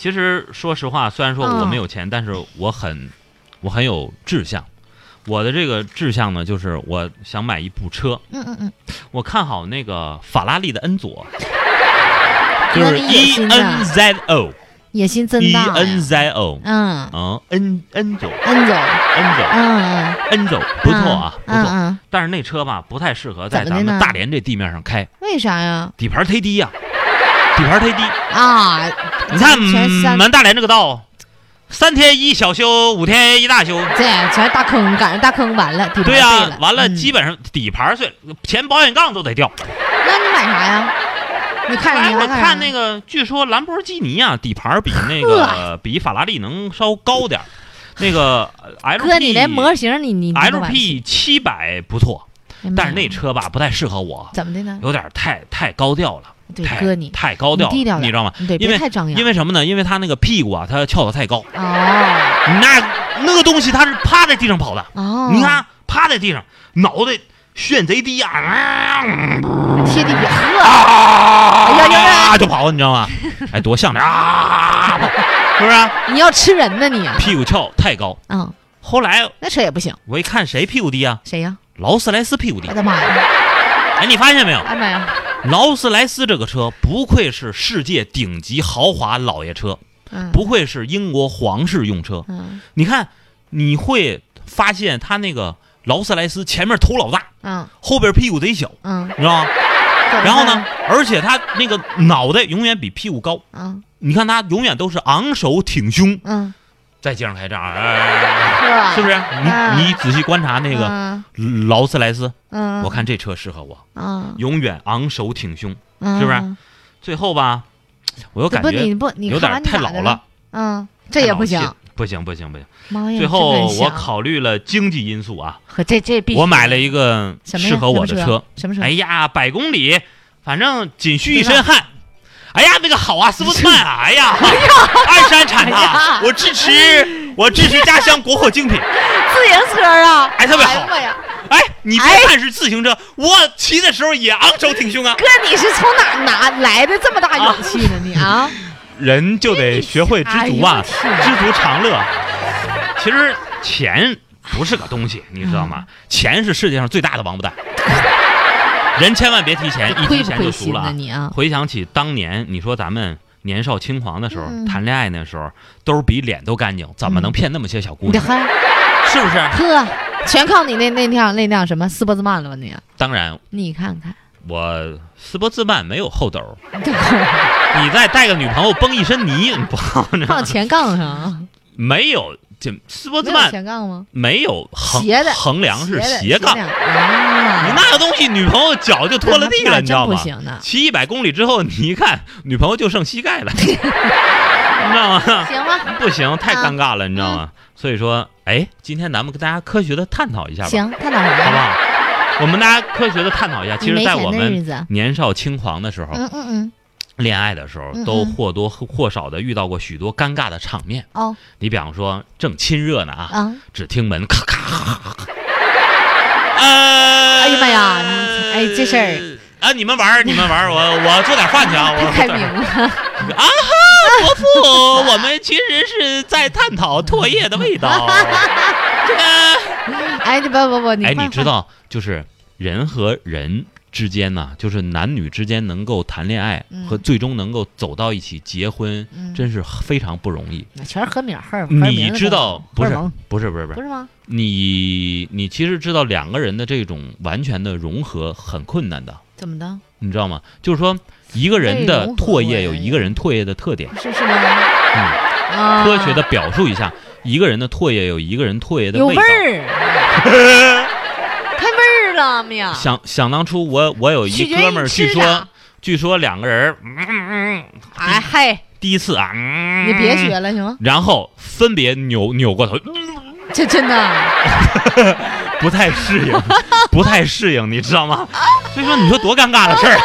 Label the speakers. Speaker 1: 其实说实话，虽然说
Speaker 2: 嗯
Speaker 1: 我没有钱，但是我很我很有志向。我的这个志向呢，就是我想买一部车。
Speaker 2: 嗯嗯嗯，
Speaker 1: 我看好那个法拉利的恩 佐，就
Speaker 2: 有
Speaker 1: 是
Speaker 2: 点野
Speaker 1: E
Speaker 2: 心
Speaker 1: N
Speaker 2: 的，
Speaker 1: Z O
Speaker 2: 野心真
Speaker 1: E
Speaker 2: 大
Speaker 1: N
Speaker 2: 呀。
Speaker 1: Z O，
Speaker 2: 嗯，
Speaker 1: 嗯，N 恩佐
Speaker 2: 恩总，
Speaker 1: 恩佐
Speaker 2: 嗯嗯，
Speaker 1: 恩佐，不错啊，不
Speaker 2: 嗯
Speaker 1: 错。
Speaker 2: 嗯，
Speaker 1: 但是那车吧，不太适合在
Speaker 2: 怎么的
Speaker 1: 咱们
Speaker 2: 呢
Speaker 1: 大连这地面上开，
Speaker 2: 为啥呀？
Speaker 1: 底盘忒低呀、底盘忒低。
Speaker 2: 啊，
Speaker 1: 你看
Speaker 2: 全
Speaker 1: 我
Speaker 2: 山
Speaker 1: 们大连这个道，三天一小修，五天一大修。
Speaker 2: 这全是大坑，赶上大坑完了，底盘
Speaker 1: 对
Speaker 2: 废
Speaker 1: 呀、
Speaker 2: 了，
Speaker 1: 完了，
Speaker 2: 嗯
Speaker 1: 基本上底盘碎，前保险杠都得掉。
Speaker 2: 那你买啥呀？你看
Speaker 1: 哎，
Speaker 2: 你
Speaker 1: 我
Speaker 2: 还啥
Speaker 1: 看那个，据说兰博基尼啊，底盘比那个比法拉利能稍高点儿。那 个呃 LP
Speaker 2: 哥，你连模型你你你都买不起
Speaker 1: LP 七百不错，
Speaker 2: 明白
Speaker 1: 但是那
Speaker 2: 吗
Speaker 1: 车吧不太适合我，
Speaker 2: 怎么的呢？
Speaker 1: 有点太太高调了，
Speaker 2: 嗯对，
Speaker 1: 太
Speaker 2: 哥你
Speaker 1: 太高调了，
Speaker 2: 你低调点
Speaker 1: 你知道吗？
Speaker 2: 你得
Speaker 1: 因
Speaker 2: 别
Speaker 1: 为
Speaker 2: 太张扬，
Speaker 1: 因为什么呢？因为它那个屁股啊，它翘得太高，
Speaker 2: 哦
Speaker 1: 那那个东西它是趴在地上跑的，
Speaker 2: 哦，
Speaker 1: 你看趴在地上，脑袋炫贼低啊，
Speaker 2: 贴地表，
Speaker 1: 啊，
Speaker 2: 哎呀呀呀
Speaker 1: 就跑，你知道 吗？哎，多像点啊，跑是不是？
Speaker 2: 你要吃人呢你？
Speaker 1: 屁股翘太高。
Speaker 2: 嗯，
Speaker 1: 后来
Speaker 2: 那车也不行，
Speaker 1: 我一看谁屁股低啊？
Speaker 2: 谁呀？
Speaker 1: 劳斯莱斯屁股低
Speaker 2: 我。的妈呀！
Speaker 1: 哎，你发现没有？
Speaker 2: 哎妈呀！
Speaker 1: 劳斯莱斯这个车不愧是世界顶级豪华老爷车，
Speaker 2: 嗯，
Speaker 1: 不愧是英国皇室用车。
Speaker 2: 嗯
Speaker 1: 你看，你会发现它那个劳斯莱斯前面头老大，
Speaker 2: 嗯
Speaker 1: 后边屁股贼小，
Speaker 2: 嗯，
Speaker 1: 你知道吗？
Speaker 2: 怎么
Speaker 1: 然后呢？，而且它那个脑袋永远比屁股高。
Speaker 2: 嗯
Speaker 1: 你看它永远都是昂首挺胸，
Speaker 2: 嗯，
Speaker 1: 在街上开仗，哎
Speaker 2: 哥，
Speaker 1: 是不
Speaker 2: 是
Speaker 1: 是？
Speaker 2: 嗯
Speaker 1: 你你仔细观察那个
Speaker 2: 嗯
Speaker 1: 劳斯莱斯，
Speaker 2: 嗯，
Speaker 1: 我看这车适合我，
Speaker 2: 嗯，
Speaker 1: 永远昂首挺胸。
Speaker 2: 嗯
Speaker 1: 是不是最后吧，我又感
Speaker 2: 不，
Speaker 1: 觉
Speaker 2: 你不，你
Speaker 1: 有
Speaker 2: 看完
Speaker 1: 点
Speaker 2: 你
Speaker 1: 太
Speaker 2: 咋
Speaker 1: 老
Speaker 2: 的
Speaker 1: 了
Speaker 2: 了。，嗯，这也不行哎
Speaker 1: 太。老气，不行不行不行。
Speaker 2: 妈呀！
Speaker 1: 最
Speaker 2: 这
Speaker 1: 后
Speaker 2: 个很
Speaker 1: 我
Speaker 2: 香，
Speaker 1: 考虑了经济因素啊，
Speaker 2: 和这这必须
Speaker 1: 我买了一个
Speaker 2: 什么呀
Speaker 1: 适合我的
Speaker 2: 什么
Speaker 1: 车。
Speaker 2: 什么车？
Speaker 1: 哎呀，百公里，反正仅需一
Speaker 2: 知道
Speaker 1: 身汗。哎呀，那个好啊，斯波特曼 啊！哎呀，鞍山产
Speaker 2: 哎呀
Speaker 1: 的，我支持，我支持家乡国货精品。
Speaker 2: 自行车啊，
Speaker 1: 哎特别好
Speaker 2: 哎呀妈呀！
Speaker 1: 哎，你别
Speaker 2: 哎
Speaker 1: 看是自行车，我骑的时候也昂首挺胸啊。
Speaker 2: 哥，你是从哪哪来的这么大勇气呢？你啊，
Speaker 1: 人就得学会知足啊，
Speaker 2: 哎呦
Speaker 1: 知足常乐。其实钱不是个东西，你知道
Speaker 2: 嗯
Speaker 1: 吗？钱是世界上最大的王八蛋。人千万别提钱，一
Speaker 2: 亏
Speaker 1: 提
Speaker 2: 不
Speaker 1: 钱
Speaker 2: 亏
Speaker 1: 就俗
Speaker 2: 心
Speaker 1: 了
Speaker 2: 呢
Speaker 1: 啊！
Speaker 2: 你啊？
Speaker 1: 回想起当年，你说咱们年少轻狂的时候，
Speaker 2: 嗯
Speaker 1: 谈恋爱那时候，兜比脸都干净，怎么能骗那么些小姑
Speaker 2: 你 这
Speaker 1: 娘？
Speaker 2: 还
Speaker 1: 是不是？
Speaker 2: 呵，全靠你那那辆那辆什么斯波兹曼了吧你？啊
Speaker 1: 当然，
Speaker 2: 你看看，
Speaker 1: 我斯波兹曼没有后兜，
Speaker 2: 你这狗
Speaker 1: 你再带个女朋友崩一身泥，你不好 呢？
Speaker 2: 放前杠上啊？
Speaker 1: 没有，这 斯波兹
Speaker 2: 没有
Speaker 1: 曼
Speaker 2: 前杠吗？
Speaker 1: 没有横
Speaker 2: 斜的
Speaker 1: 横梁是
Speaker 2: 的
Speaker 1: 斜杠，
Speaker 2: 的
Speaker 1: 你
Speaker 2: 啊！
Speaker 1: 那个东西，女朋友脚就拖了地
Speaker 2: 那
Speaker 1: 了，你知道
Speaker 2: 真
Speaker 1: 吗
Speaker 2: 不？行呢。
Speaker 1: 骑一百公里之后，你一看，女朋友就剩膝 盖了，你知道吗？
Speaker 2: 行吧，
Speaker 1: 不行，太尴尬
Speaker 2: 嗯
Speaker 1: 了，你知道吗？所以说，哎，今天咱们跟大家科学的探讨一下吧，
Speaker 2: 行，探讨什
Speaker 1: 好
Speaker 2: 么
Speaker 1: 不
Speaker 2: 呀？
Speaker 1: 好？我们大家科学的探讨一下，其
Speaker 2: 你
Speaker 1: 实，
Speaker 2: 没
Speaker 1: 在
Speaker 2: 钱
Speaker 1: 我
Speaker 2: 的日
Speaker 1: 们
Speaker 2: 子，
Speaker 1: 年少轻狂的时候，
Speaker 2: 嗯嗯嗯，
Speaker 1: 恋爱的时候
Speaker 2: 嗯，
Speaker 1: 都
Speaker 2: 嗯
Speaker 1: 或多或少的遇到过许多尴尬的场面。
Speaker 2: 哦
Speaker 1: 你比方说，正亲热呢啊，
Speaker 2: 啊，
Speaker 1: 只听门咔咔呃，
Speaker 2: 哎呀妈呀你哎这事儿
Speaker 1: 啊，你们玩 儿，你们玩儿，我我做点饭去啊，我
Speaker 2: 太开明了，
Speaker 1: 啊哈， 伯父，我们其实是在探讨唾液的味 道。这个，
Speaker 2: 哎，你不不不，你
Speaker 1: 哎，
Speaker 2: 换
Speaker 1: 你知道，就是人和人之间呢、就是男女之间能够谈恋爱
Speaker 2: 嗯
Speaker 1: 和最终能够走到一起结婚，
Speaker 2: 嗯
Speaker 1: 真是非常不容易。
Speaker 2: 全是和名儿，
Speaker 1: 你知道不是
Speaker 2: 不
Speaker 1: 不是不是不
Speaker 2: 不
Speaker 1: 是，
Speaker 2: 是吗？
Speaker 1: 你你其实知道两个人的这种完全的融合很困难的。
Speaker 2: 怎么的？
Speaker 1: 你知道吗？就是说，一个人的唾液有一个人唾液的特点，
Speaker 2: 是是吗？啊，
Speaker 1: 嗯科学的表述一下，一个人的唾液有一个人唾液的
Speaker 2: 有
Speaker 1: 道。
Speaker 2: 儿，开味儿了没有？
Speaker 1: 想想当初我我有
Speaker 2: 取
Speaker 1: 一
Speaker 2: 决于
Speaker 1: 哥们儿，
Speaker 2: 你吃
Speaker 1: 据
Speaker 2: 啥
Speaker 1: 说据说两个人，嗯嗯，嗯
Speaker 2: 哎嗨，
Speaker 1: 第一次啊，嗯
Speaker 2: 你别学，了行吗？
Speaker 1: 然后分别扭扭过头，嗯
Speaker 2: 这真的，
Speaker 1: 不太适应，不太适应，你知道吗？所以说，你说多尴尬的事儿。